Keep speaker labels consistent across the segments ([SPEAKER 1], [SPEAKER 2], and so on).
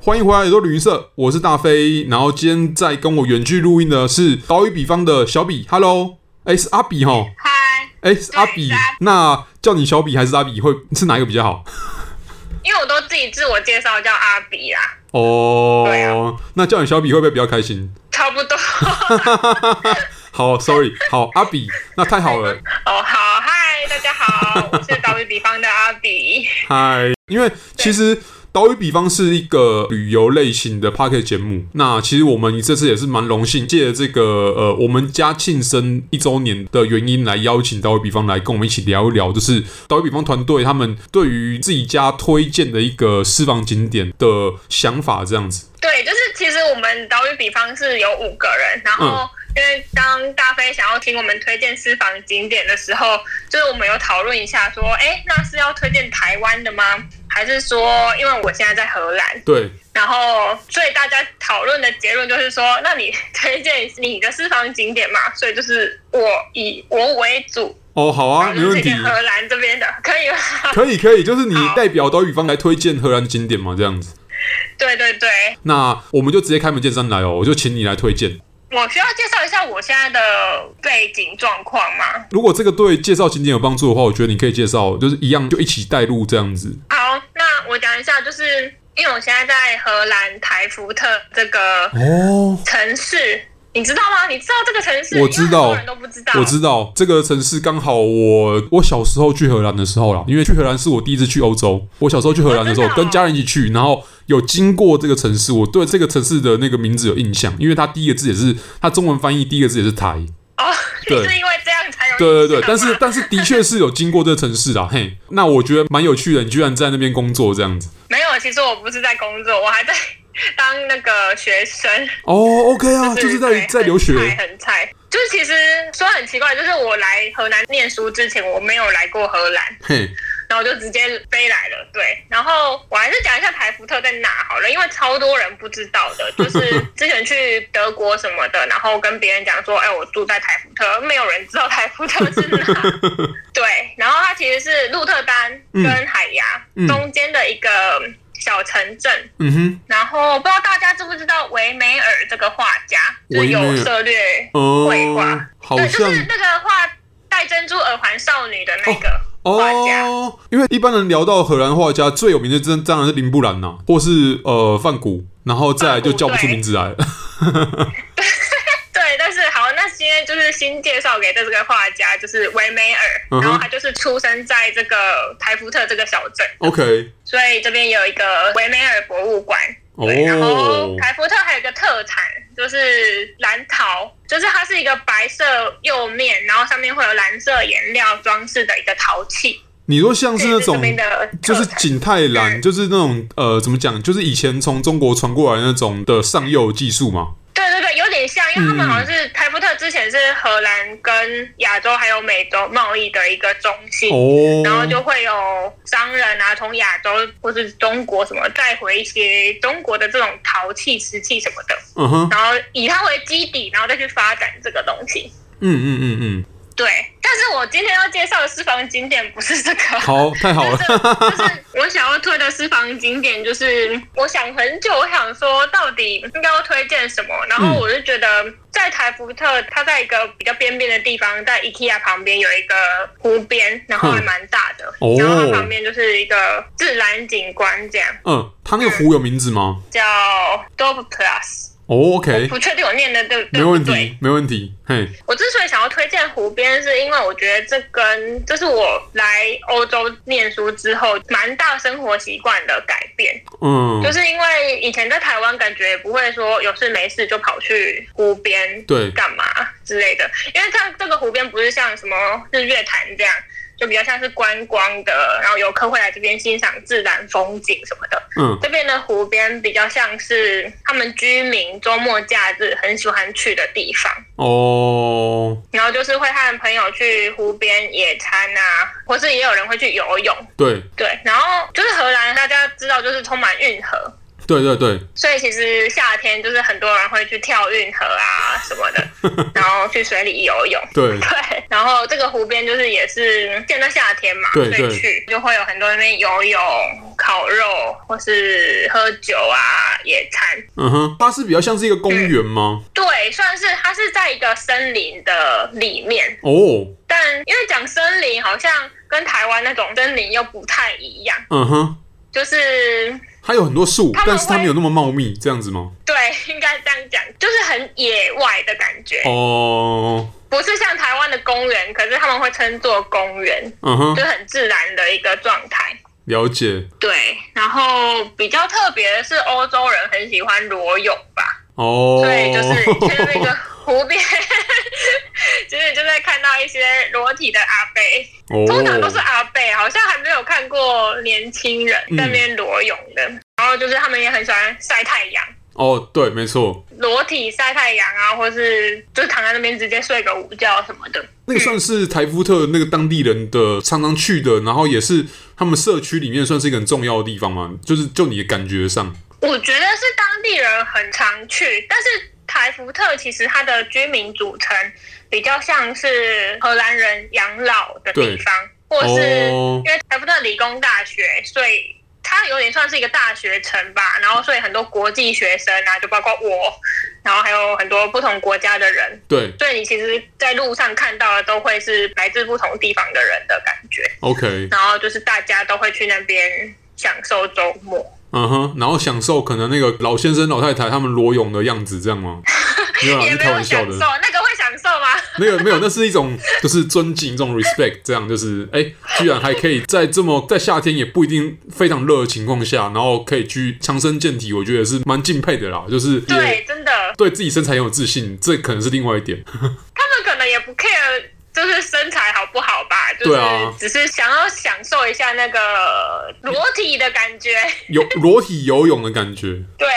[SPEAKER 1] 欢迎回来，也都旅社，我是大飞。然后今天在跟我远距录音的是岛屿比方的小比，Hello，哎是阿比哈，
[SPEAKER 2] 嗨，
[SPEAKER 1] 哎是阿比
[SPEAKER 2] 对是阿，
[SPEAKER 1] 那叫你小比还是阿比会是哪一个比较好？
[SPEAKER 2] 因为我都自己自我介绍叫阿比啦，对啊
[SPEAKER 1] 哦，那叫你小比会不会比较开心？
[SPEAKER 2] 差不多。
[SPEAKER 1] 好，sorry，好阿比，那太好了，
[SPEAKER 2] 哦，好，嗨，大家好，我是岛屿比方的阿比。
[SPEAKER 1] 嗨，因为其实。岛屿比方是一个旅游类型的 p a r k e t 节目，那其实我们这次也是蛮荣幸，借着这个呃我们家庆生一周年的原因来邀请岛屿比方来跟我们一起聊一聊，就是岛屿比方团队他们对于自己家推荐的一个私房景点的想法这样子。
[SPEAKER 2] 对，就是其实我们岛屿比方是有五个人，然后因为当大飞想要听我们推荐私房景点的时候，就是我们有讨论一下说，哎，那是要推荐台湾的吗？还是说，因为我现在在荷兰，
[SPEAKER 1] 对，
[SPEAKER 2] 然后所以大家讨论的结论就是说，那你推荐你的私房景点嘛？所以就是我以我为主，
[SPEAKER 1] 哦，好啊，
[SPEAKER 2] 然后
[SPEAKER 1] 没
[SPEAKER 2] 就
[SPEAKER 1] 问
[SPEAKER 2] 推
[SPEAKER 1] 题
[SPEAKER 2] 荐，荷兰这边的，可 以吗？
[SPEAKER 1] 可以可以，就是你
[SPEAKER 2] 好
[SPEAKER 1] 代表岛屿方来推荐荷兰景点嘛，这样子。
[SPEAKER 2] 对对对，
[SPEAKER 1] 那我们就直接开门见山来哦，我就请你来推荐。
[SPEAKER 2] 我需要介绍一下我现在的背景状况吗？
[SPEAKER 1] 如果这个对介绍景点有帮助的话，我觉得你可以介绍，就是一样就一起带入这样子。
[SPEAKER 2] 好，那我讲一下，就是因为我现在在荷兰台福特这个
[SPEAKER 1] 哦，
[SPEAKER 2] 城市，你知道吗？你知道这个城市？
[SPEAKER 1] 我知道
[SPEAKER 2] 因为很多人都不知道。
[SPEAKER 1] 我知道这个城市刚好我我小时候去荷兰的时候啦，因为去荷兰是我第一次去欧洲。我小时候去荷兰的时候，
[SPEAKER 2] 哦真的哦
[SPEAKER 1] 跟家人一起去，然后有经过这个城市，我对这个城市的那个名字有印象，因为它第一个字也是它中文翻译第一个字也是台。
[SPEAKER 2] 哦，你
[SPEAKER 1] 对
[SPEAKER 2] 是因为这样才有
[SPEAKER 1] 对对
[SPEAKER 2] 印
[SPEAKER 1] 对，
[SPEAKER 2] 象
[SPEAKER 1] 但是
[SPEAKER 2] 吗
[SPEAKER 1] 但是的确是有经过这个城市啦，嘿，那我觉得蛮有趣的。你居然在那边工作这样子，
[SPEAKER 2] 没有，其实我不是在工作，我还在当那个学生。
[SPEAKER 1] 哦，OK 啊，就是在
[SPEAKER 2] 对
[SPEAKER 1] 在留
[SPEAKER 2] 很菜
[SPEAKER 1] 学，
[SPEAKER 2] 很菜。就是其实说很奇怪，就是我来荷兰念书之前，我没有来过荷兰，
[SPEAKER 1] 嘿，
[SPEAKER 2] 然后我就直接飞来了。对，然后我还是讲一下台福特在哪好了，因为超多人不知道的，就是 之前去德国什么的，然后跟别人讲说，哎，我住在台福特，没有人知道台福特是 哪。对，然后它其实是鹿特丹跟海牙、
[SPEAKER 1] 嗯嗯
[SPEAKER 2] 中间的一个小城镇。
[SPEAKER 1] 嗯哼，
[SPEAKER 2] 然后不知道大家知不知道维梅尔这个画家，就是
[SPEAKER 1] 维
[SPEAKER 2] 有
[SPEAKER 1] 梅尔
[SPEAKER 2] 策略，
[SPEAKER 1] 哦、
[SPEAKER 2] 绘画
[SPEAKER 1] 好
[SPEAKER 2] 对，就
[SPEAKER 1] 像
[SPEAKER 2] 是那个画戴珍珠耳环少女的那个画家。
[SPEAKER 1] 哦，因为一般人聊到荷兰画家，最有名的真当然是林布兰呐、或是呃范谷，然后再来就叫不出名字来了。
[SPEAKER 2] 对，但是好，那今天就是新介绍给的这个画家，就是维梅尔，
[SPEAKER 1] 嗯哼
[SPEAKER 2] 然后他就是出生在这个台福特这个小镇，
[SPEAKER 1] OK，
[SPEAKER 2] 所以这边有一个维梅尔博物馆。对，然后
[SPEAKER 1] 哦，
[SPEAKER 2] 台福特还有一个特产就是蓝陶，就是它是一个白色釉面，然后上面会有蓝色颜料装饰的一个陶器，
[SPEAKER 1] 你说像是那
[SPEAKER 2] 这
[SPEAKER 1] 种
[SPEAKER 2] 这边的
[SPEAKER 1] 就
[SPEAKER 2] 特
[SPEAKER 1] 是
[SPEAKER 2] 产
[SPEAKER 1] 景泰蓝，就是那种呃怎么讲，就是以前从中国传过来那种的上釉技术嘛。
[SPEAKER 2] 对对对，有点像，因为他们
[SPEAKER 1] 嗯
[SPEAKER 2] 好像是台福特之前是荷兰跟亚洲还有美洲贸易的一个中心。
[SPEAKER 1] 哦，
[SPEAKER 2] 然后就会有商人啊，从亚洲或是中国什么带回一些中国的这种陶器、石器什么的，
[SPEAKER 1] 嗯哼，
[SPEAKER 2] 然后以它为基底，然后再去发展这个东西。
[SPEAKER 1] 嗯嗯嗯嗯，
[SPEAKER 2] 对，但是我今天要介绍的私房景点不是这个，
[SPEAKER 1] 好，太好了
[SPEAKER 2] 就，是就是我想要推的私房景点，就是我想很久，我想说到底应该要推荐什么，然后
[SPEAKER 1] 嗯
[SPEAKER 2] 我就觉得在台福特，它在一个比较边边的地方，在 IKEA 旁边有一个湖边，然后还蛮大的，
[SPEAKER 1] 哦
[SPEAKER 2] 然后它旁边就是一个自然景观，这样
[SPEAKER 1] 嗯，它那个湖有名字吗？
[SPEAKER 2] 叫 Dove Plus。
[SPEAKER 1] 哦，OK，
[SPEAKER 2] 不确定我念的对对
[SPEAKER 1] 没
[SPEAKER 2] 不
[SPEAKER 1] 问
[SPEAKER 2] 对，
[SPEAKER 1] 题，没问题，嘿，
[SPEAKER 2] 我之所以想要推荐湖边，是因为我觉得这跟这是我来欧洲念书之后蛮大生活习惯的改变，
[SPEAKER 1] 嗯，
[SPEAKER 2] 就是因为以前在台湾感觉不会说有事没事就跑去湖边
[SPEAKER 1] 对，
[SPEAKER 2] 干嘛之类的，因为它这个湖边不是像什么日月潭这样，就比较像是观光的，然后游客会来这边欣赏自然风景什么的。
[SPEAKER 1] 嗯，
[SPEAKER 2] 这边的湖边比较像是他们居民周末假日很喜欢去的地方。
[SPEAKER 1] 哦，
[SPEAKER 2] 然后就是会和朋友去湖边野餐啊，或是也有人会去游泳，
[SPEAKER 1] 对，
[SPEAKER 2] 对。然后就是荷兰，大家知道就是充满运河，
[SPEAKER 1] 对对对，
[SPEAKER 2] 所以其实夏天就是很多人会去跳运河啊什 么的，然后去水里游泳。
[SPEAKER 1] 对，
[SPEAKER 2] 对，然后这个湖边就是也是现在夏天嘛，
[SPEAKER 1] 对
[SPEAKER 2] 所以
[SPEAKER 1] 对
[SPEAKER 2] 去就会有很多人在那边游泳、烤烤肉或是喝酒啊、野餐。
[SPEAKER 1] 嗯哼，它是比较像是一个公园吗？
[SPEAKER 2] 对，算是它是在一个森林的里面，
[SPEAKER 1] 哦，
[SPEAKER 2] 但因为讲森林好像跟台湾那种森林又不太一样，
[SPEAKER 1] 嗯哼，
[SPEAKER 2] 就是
[SPEAKER 1] 它有很多树，
[SPEAKER 2] 他们
[SPEAKER 1] 但是它
[SPEAKER 2] 会
[SPEAKER 1] 没有那么茂密，这样子吗？
[SPEAKER 2] 对，应该这样讲，就是很野外的感觉，
[SPEAKER 1] 哦，
[SPEAKER 2] 不是像台湾的公园，可是他们会称作公园，
[SPEAKER 1] 嗯哼
[SPEAKER 2] 就，很自然的一个状态。
[SPEAKER 1] 了解。
[SPEAKER 2] 对，然后比较特别的是，欧洲人很喜欢裸泳吧，
[SPEAKER 1] 哦，
[SPEAKER 2] 所以就是去那个湖边，就是就会看到一些裸体的阿贝，
[SPEAKER 1] 哦，
[SPEAKER 2] 通常都是阿贝，好像还没有看过年轻人
[SPEAKER 1] 嗯
[SPEAKER 2] 在那边裸泳的。然后就是他们也很喜欢晒太阳，
[SPEAKER 1] 哦，对，没错，
[SPEAKER 2] 裸体晒太阳啊，或是就是躺在那边直接睡个午觉什么的。
[SPEAKER 1] 那个算是台夫特那个当地人的常常去的，然后也是他们社区里面算是一个很重要的地方嘛，就是就你的感觉上，
[SPEAKER 2] 我觉得是当地人很常去，但是台福特其实它的居民组成比较像是荷兰人养老的地方，或是
[SPEAKER 1] 哦
[SPEAKER 2] 因为台福特理工大学，所以它有点算是一个大学城吧。然后所以很多国际学生啊，就包括我，然后还有很多不同国家的人，
[SPEAKER 1] 对
[SPEAKER 2] 所以你其实在路上看到的都会是来自不同地方的人的感觉。
[SPEAKER 1] ，OK，
[SPEAKER 2] 然后就是大家都会去那边享受周末。
[SPEAKER 1] 嗯哼，然后享受可能那个老先生老太太他们裸泳的样子，这样 吗？没有啦，
[SPEAKER 2] 也
[SPEAKER 1] 是
[SPEAKER 2] 没
[SPEAKER 1] 开
[SPEAKER 2] 有
[SPEAKER 1] 玩
[SPEAKER 2] 享
[SPEAKER 1] 笑
[SPEAKER 2] 受，
[SPEAKER 1] 的，
[SPEAKER 2] 那个会享受吗？
[SPEAKER 1] 没有没有，那是一种就是尊敬，一种 respect，这样就是哎、居然还可以在这么在夏天也不一定非常热的情况下，然后可以去强身健体，我觉得是蛮敬佩的啦，就是也
[SPEAKER 2] 对，真的，
[SPEAKER 1] 对自己身材很有自信，这可能是另外一点。
[SPEAKER 2] 他们可能也不 care，就是身材好不好吧，就
[SPEAKER 1] 对啊
[SPEAKER 2] 是只是想要享受一下那个裸体的感觉，
[SPEAKER 1] 游裸体游泳的感觉，
[SPEAKER 2] 对。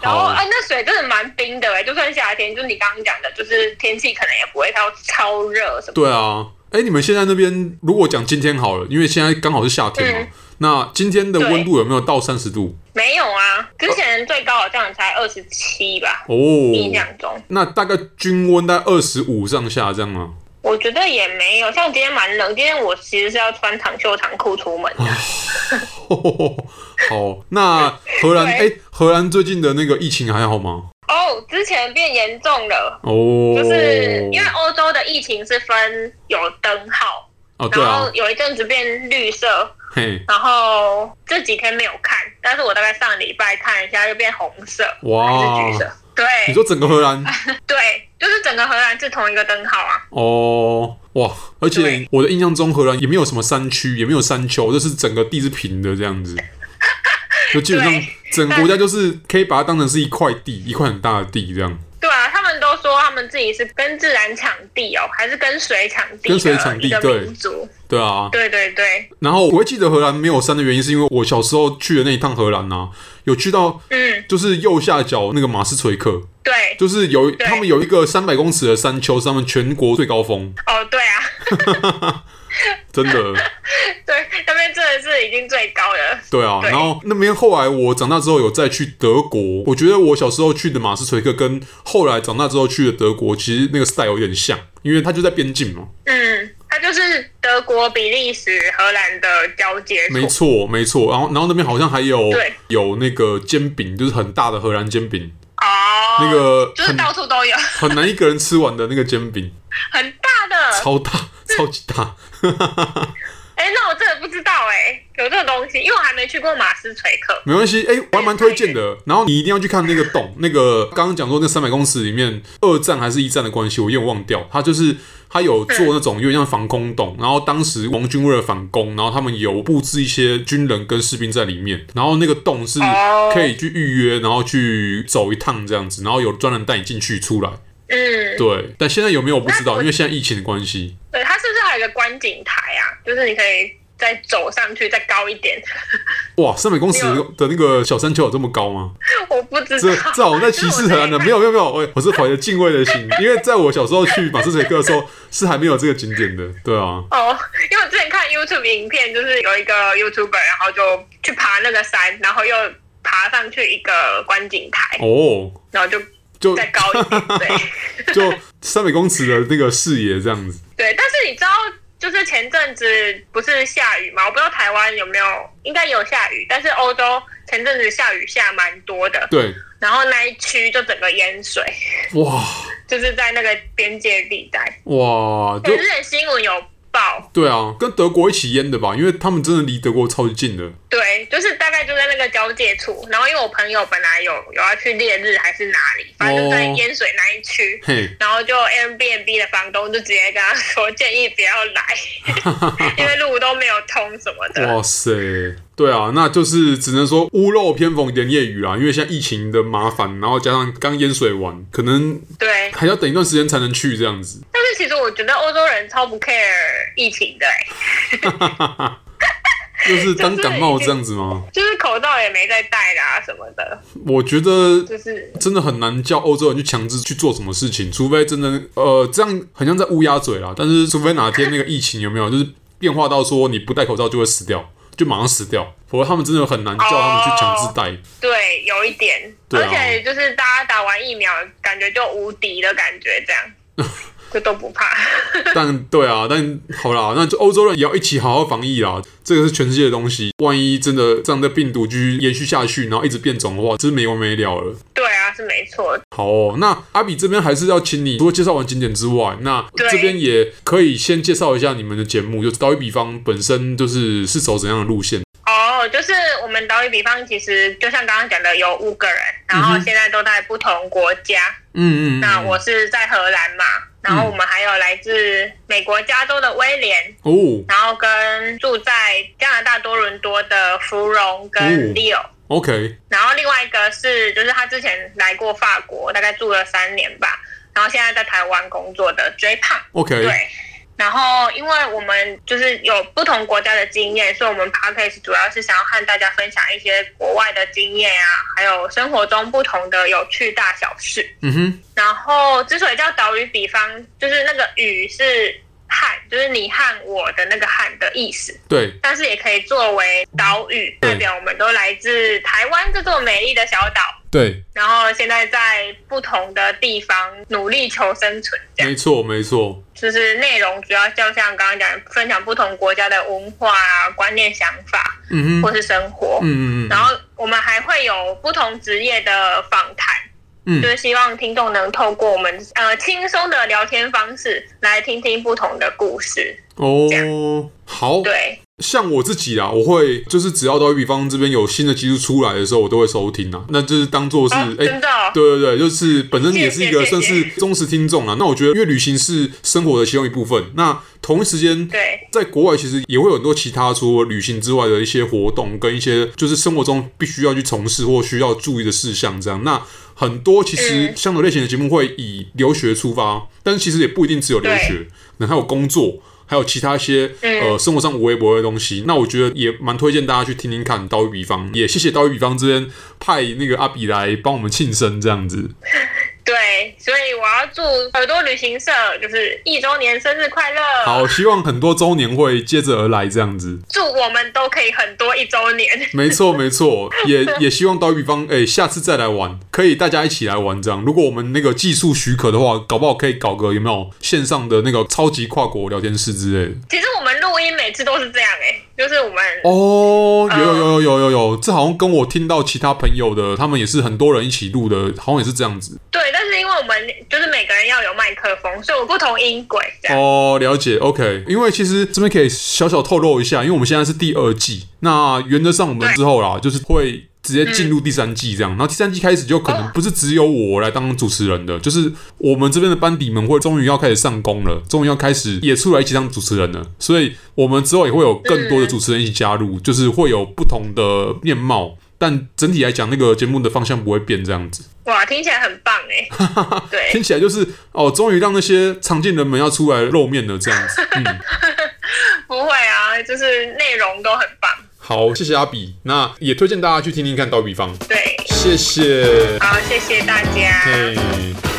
[SPEAKER 2] 然后
[SPEAKER 1] 好
[SPEAKER 2] 啊，那水真的蛮冰的哎，就算夏天，就是你刚刚讲的，就是天气可能也不会到超热什么。
[SPEAKER 1] 对啊。哎、你们现在那边如果讲今天好了，因为现在刚好是夏天嘛，
[SPEAKER 2] 嗯
[SPEAKER 1] 那今天的温度有没有到三十度？
[SPEAKER 2] 没有啊，之前最高好像才二十七吧，
[SPEAKER 1] 哦，
[SPEAKER 2] 印象中，
[SPEAKER 1] 那大概均温在二十五上下这样吗？
[SPEAKER 2] 我觉得也没有。像今天蛮冷，今天我其实是要穿长袖长裤出门的。
[SPEAKER 1] 好，那荷兰哎、
[SPEAKER 2] 对
[SPEAKER 1] 诶荷兰最近的那个疫情还好吗？
[SPEAKER 2] 哦，之前变严重了，
[SPEAKER 1] 哦，
[SPEAKER 2] 就是因为欧洲的疫情是分有灯号，
[SPEAKER 1] 哦，对
[SPEAKER 2] 然
[SPEAKER 1] 啊
[SPEAKER 2] 后，有一阵子变绿色，
[SPEAKER 1] 嘿，
[SPEAKER 2] 然后这几天没有看，但是我大概上礼拜看一下又变红色还
[SPEAKER 1] 哇
[SPEAKER 2] 是，橘色。
[SPEAKER 1] 哦你
[SPEAKER 2] 对
[SPEAKER 1] 说整个荷兰
[SPEAKER 2] 对，就是整个荷兰是同一个灯号啊。
[SPEAKER 1] 哦，哇，而且
[SPEAKER 2] 对
[SPEAKER 1] 我的印象中荷兰也没有什么山区，也没有山丘，就是整个地是平的这样子，就基本上
[SPEAKER 2] 对
[SPEAKER 1] 整个国家就是可以把它当成是一块地，一块很大的地这样，
[SPEAKER 2] 对啊，他们都说他们自己是跟自然场地哦，还是跟水场地
[SPEAKER 1] 跟
[SPEAKER 2] 的
[SPEAKER 1] 水场地
[SPEAKER 2] 一个
[SPEAKER 1] 对
[SPEAKER 2] 民族。
[SPEAKER 1] 对啊，
[SPEAKER 2] 对对对，
[SPEAKER 1] 然后我会记得荷兰没有山的原因，是因为我小时候去的那一趟荷兰啊，有去到
[SPEAKER 2] 嗯，
[SPEAKER 1] 就是右下角那个马斯垂克，
[SPEAKER 2] 对，
[SPEAKER 1] 就是有
[SPEAKER 2] 对
[SPEAKER 1] 他们有一个三百公尺的山丘，是他们全国最高峰，
[SPEAKER 2] 哦对啊，
[SPEAKER 1] 真的，
[SPEAKER 2] 对，那边真的是已经最高了。
[SPEAKER 1] 对啊。
[SPEAKER 2] 对
[SPEAKER 1] 然后那边后来我长大之后有再去德国，我觉得我小时候去的马斯垂克跟后来长大之后去的德国，其实那个 style 有点像，因为它就在边境嘛。
[SPEAKER 2] 嗯，它就是德国、比利时、荷兰的交界处。
[SPEAKER 1] 没错，没错。然后然后那边好像还有
[SPEAKER 2] 对
[SPEAKER 1] 有那个煎饼，就是很大的荷兰煎饼，
[SPEAKER 2] 哦，
[SPEAKER 1] 那个
[SPEAKER 2] 就是
[SPEAKER 1] 很
[SPEAKER 2] 到处都有，
[SPEAKER 1] 很难一个人吃完的那个煎饼，
[SPEAKER 2] 很大的。
[SPEAKER 1] 超 大，超级大。
[SPEAKER 2] 哎、那我真的不知道哎、有这个东西，因为我还没去过马斯垂克。
[SPEAKER 1] 没关系，哎、我还蛮推荐的。然后你一定要去看那个洞，那个刚刚讲说那三百公尺里面，二战还是一战的关系，我有点忘掉。它就是它有做那种有点像防空洞，然后当时盟军为了反攻，然后他们有布置一些军人跟士兵在里面，然后那个洞是
[SPEAKER 2] 哦
[SPEAKER 1] 可以去预约，然后去走一趟这样子，然后有专人带你进去出来。
[SPEAKER 2] 嗯，
[SPEAKER 1] 对，但现在有没有我不知
[SPEAKER 2] 那
[SPEAKER 1] 道，
[SPEAKER 2] 我
[SPEAKER 1] 因为现在疫情的关系。
[SPEAKER 2] 对，它是不是还有一个观景台啊？就是你可以再走上去，再高一点。
[SPEAKER 1] 哇，三百公尺
[SPEAKER 2] 没有
[SPEAKER 1] 的那个小山丘有这么高吗？
[SPEAKER 2] 我不知
[SPEAKER 1] 这
[SPEAKER 2] 道，
[SPEAKER 1] 这好像在歧视荷 兰的，啊没
[SPEAKER 2] 有。
[SPEAKER 1] 有没有没有，我我是怀着敬畏的心，因为在我小时候去马斯垂克的时候是还没有这个景点的，对啊，
[SPEAKER 2] 哦，因为我之前看 YouTube 影片，就是有一个 YouTuber，然后就去爬那个山，然后又爬上去一个观景台，
[SPEAKER 1] 哦，
[SPEAKER 2] 然后就
[SPEAKER 1] 就
[SPEAKER 2] 再高 一点，对。
[SPEAKER 1] 就三百公尺的那个视野这样子，
[SPEAKER 2] 对，但是你知道，就是就是前阵子不是下雨嘛，我不知道台湾有没有，应该有下雨，但是欧洲前阵子下雨下蛮多的，
[SPEAKER 1] 对，
[SPEAKER 2] 然后那一区就整个淹水，
[SPEAKER 1] 哇
[SPEAKER 2] 就是在那个边界地带。
[SPEAKER 1] 哇，就
[SPEAKER 2] 有之前新闻有报，
[SPEAKER 1] 对啊，跟德国一起淹的吧，因为他们真的离德国超级近的。
[SPEAKER 2] 对，就是大概就在那个交界处。然后因为我朋友本来有有要去烈日还是哪里，反正就在
[SPEAKER 1] 哦
[SPEAKER 2] 淹水那一区。
[SPEAKER 1] 嘿，
[SPEAKER 2] 然后就 Airbnb 的房东就直接跟他说，建议不要来， 因为路都没有通什么的。
[SPEAKER 1] 哇塞，对啊，那就是只能说屋漏偏逢连夜雨啦，因为现在疫情的麻烦，然后加上刚淹水完，可能
[SPEAKER 2] 对，
[SPEAKER 1] 还要等一段时间才能去这样子。
[SPEAKER 2] 但是其实我觉得欧洲人超不 care 疫情的、欸，
[SPEAKER 1] 就是当感冒这样子吗？
[SPEAKER 2] 就是口罩也没在戴啦、什么的，
[SPEAKER 1] 我觉得
[SPEAKER 2] 就是
[SPEAKER 1] 真的很难叫欧洲人去强制去做什么事情，除非真的呃，这样很像在乌鸦嘴啦。但是除非哪天那个疫情有没有就是变化到说你不戴口罩就会死掉，就马上死掉，否则他们真的很难叫他们去强制戴。
[SPEAKER 2] 对，有一点，
[SPEAKER 1] 对啊
[SPEAKER 2] 而且就是大家打完疫苗，感觉就无敌的感觉，这 样就都不怕。
[SPEAKER 1] 但对啊，但好啦，那就欧洲人也要一起好好防疫啦。这个是全世界的东西，万一真的这样的病毒继续延续下去，然后一直变种的话，真是没完没了了。
[SPEAKER 2] 对啊，是没错，
[SPEAKER 1] 好哦，那阿比这边还是要请你，除了介绍完景点之外，那
[SPEAKER 2] 对
[SPEAKER 1] 这边也可以先介绍一下你们的节目，就是岛屿比方本身就是是走怎样的路线？
[SPEAKER 2] 哦、就是我们岛屿比方，其实就像刚刚讲的，有五个人，然后
[SPEAKER 1] 嗯哼
[SPEAKER 2] 现在都在不同国家。
[SPEAKER 1] 嗯嗯嗯，
[SPEAKER 2] 那我是在荷兰嘛，然后我们还有来自美国加州的威廉，
[SPEAKER 1] 哦
[SPEAKER 2] 然后跟住在加拿大多伦多的芙蓉
[SPEAKER 1] 哦
[SPEAKER 2] 跟 Leo，、
[SPEAKER 1] ，OK，
[SPEAKER 2] 然后另外一个是就是他之前来过法国，大概住了三年吧，然后现在在台湾工作的 J 胖，
[SPEAKER 1] OK，
[SPEAKER 2] 对。然后，因为我们就是有不同国家的经验，所以我们 podcast 主要是想要和大家分享一些国外的经验啊，还有生活中不同的有趣大小事。
[SPEAKER 1] 嗯哼，
[SPEAKER 2] 然后之所以叫岛屿比方，就是那个“屿”是汉，就是你和我的那个“汉”的意思，
[SPEAKER 1] 对，
[SPEAKER 2] 但是也可以作为岛屿，
[SPEAKER 1] 对
[SPEAKER 2] 代表我们都来自台湾这座美丽的小岛，
[SPEAKER 1] 对，
[SPEAKER 2] 然后现在在不同的地方努力求生存，这样
[SPEAKER 1] 没错没错，
[SPEAKER 2] 就是内容主要就像刚刚讲，分享不同国家的文化啊、观念、想法
[SPEAKER 1] 嗯
[SPEAKER 2] 或
[SPEAKER 1] 哼，
[SPEAKER 2] 是生活，
[SPEAKER 1] 嗯嗯
[SPEAKER 2] 然后我们还会有不同职业的访谈。
[SPEAKER 1] 嗯
[SPEAKER 2] 就
[SPEAKER 1] 嗯，
[SPEAKER 2] 是希望听众能透过我们呃轻松的聊天方式来听听不同的故事。这
[SPEAKER 1] 哦，好，
[SPEAKER 2] 对，
[SPEAKER 1] 像我自己啊，我会就是只要岛屿比方这边有新的技术出来的时候，我都会收听啊，那就是当做是哎、
[SPEAKER 2] 哦，真的哦、
[SPEAKER 1] 对对对，就是本身也是一个
[SPEAKER 2] 谢谢
[SPEAKER 1] 算
[SPEAKER 2] 谢谢
[SPEAKER 1] 是忠实听众啦。啊那我觉得，因为旅行是生活的其中一部分。那同一时间，
[SPEAKER 2] 对
[SPEAKER 1] 在国外其实也会有很多其他除了旅行之外的一些活动，跟一些就是生活中必须要去从事或需要注意的事项。这样，那很多其实
[SPEAKER 2] 嗯
[SPEAKER 1] 相同类型的节目会以留学出发，但其实也不一定只有留学，那还有工作。还有其他一些呃生活上无微不微的东西，那我觉得也蛮推荐大家去听听看。刀鱼比方也谢谢刀鱼比方这边派那个阿比来帮我们庆生这样子。
[SPEAKER 2] 对，所以我要祝耳朵旅行社就是一周年生日快乐！
[SPEAKER 1] 好，希望很多周年会接着而来，这样子。
[SPEAKER 2] 祝我们都可以很多一周年。
[SPEAKER 1] 没错，没错，也也希望岛屿比方，哎、下次再来玩，可以大家一起来玩这样。如果我们那个技术许可的话，搞不好可以搞个有没有线上的那个超级跨国聊天室之类的。
[SPEAKER 2] 其实我们录音每次都是这样哎、就是我们、
[SPEAKER 1] 哦，有有有有有有有，这好像跟我听到其他朋友的，他们也是很多人一起录的，好像也是这样子。
[SPEAKER 2] 对，但是因为我们就是每个人要有麦克风，所以我不同音轨这样。
[SPEAKER 1] 哦，了解，OK。因为其实这边可以小小透露一下，因为我们现在是第二季，那原则上我们
[SPEAKER 2] 对
[SPEAKER 1] 之后啦，就是会直接进入第三季这样。然后第三季开始就可能
[SPEAKER 2] 哦
[SPEAKER 1] 不是只有我来当主持人的，就是我们这边的班底们会终于要开始上工了，终于要开始也出来一起当主持人了。所以我们之后也会有更多的主持人一起加入，就是会有不同的面貌。但整体来讲，那个节目的方向不会变这样子。
[SPEAKER 2] 哇，听起来很棒 哎、对，
[SPEAKER 1] 听起来就是哦，终于让那些常见人们要出来露面了这样子。嗯。
[SPEAKER 2] 不会啊，就是内容都很棒。
[SPEAKER 1] 好，谢谢阿比，那也推荐大家去听听看刀比方，
[SPEAKER 2] 对，
[SPEAKER 1] 谢谢。
[SPEAKER 2] 好，谢谢大家。
[SPEAKER 1] 嘿